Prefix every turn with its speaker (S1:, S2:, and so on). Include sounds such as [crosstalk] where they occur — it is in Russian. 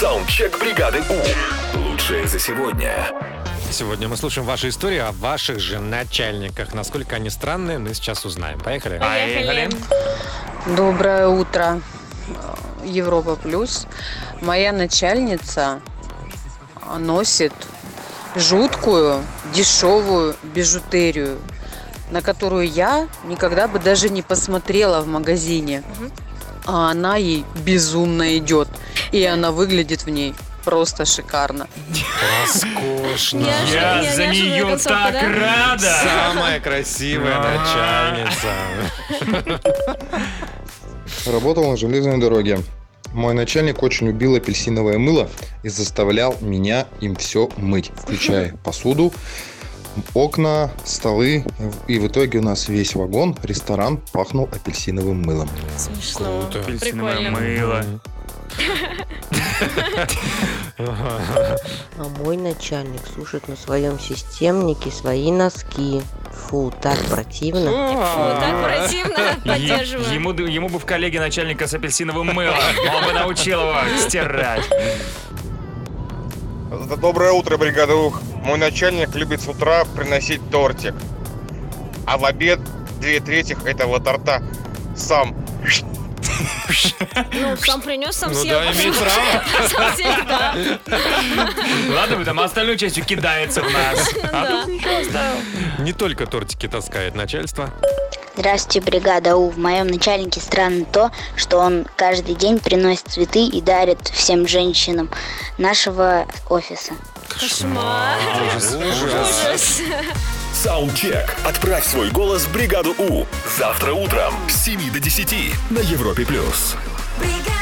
S1: Саундчек бригады У. Лучшее за сегодня.
S2: Сегодня мы слушаем ваши истории о ваших же начальниках. Насколько они странные, мы сейчас узнаем. Поехали.
S3: Поехали.
S4: Доброе утро, Европа Плюс. Моя начальница носит жуткую, дешевую бижутерию, на которую я никогда бы даже не посмотрела в магазине. А она ей безумно идет. И она выглядит в ней просто шикарно.
S2: Роскошно.
S3: Я ж-
S5: Я
S3: не-
S5: за
S3: неожиданная
S5: нее
S3: концовка,
S5: так
S3: да?
S5: рада.
S2: Самая красивая начальница.
S6: Работал на железной дороге. Мой начальник очень любил апельсиновое мыло и заставлял меня им все мыть, включая посуду, окна, столы. И в итоге у нас весь вагон, ресторан пахнул апельсиновым мылом.
S3: Смешно.
S2: Круто.
S5: Апельсиновое
S3: Прикольно.
S5: мыло.
S7: А мой начальник сушит на своем системнике свои носки. Фу, так противно.
S3: Вот
S2: [laughs]
S3: так противно.
S5: Е-
S3: Поддерживаю.
S5: Ему, д- ему бы в коллеге начальника с апельсиновым мылом. Он бы научил его стирать.
S8: Да Доброе утро, бригада Ух. Мой начальник любит с утра приносить тортик. А в обед две трети этого торта сам.
S3: Ну, сам принес, сам
S2: Ну
S3: съел.
S2: да, имеет право.
S3: [laughs] Сам съел,
S2: [laughs]
S3: да.
S5: Ладно бы, там а остальную частью кидается в нас.
S3: Ну да.
S2: Не только тортики таскает начальство.
S9: Здравствуйте, бригада У. В моем начальнике странно то, что он каждый день приносит цветы и дарит всем женщинам нашего офиса.
S3: Кошмар. Ужас.
S1: Саундчек. Отправь свой голос в бригаду У. Завтра утром с 7 до 10 на Европе+. плюс.
S3: Бригада.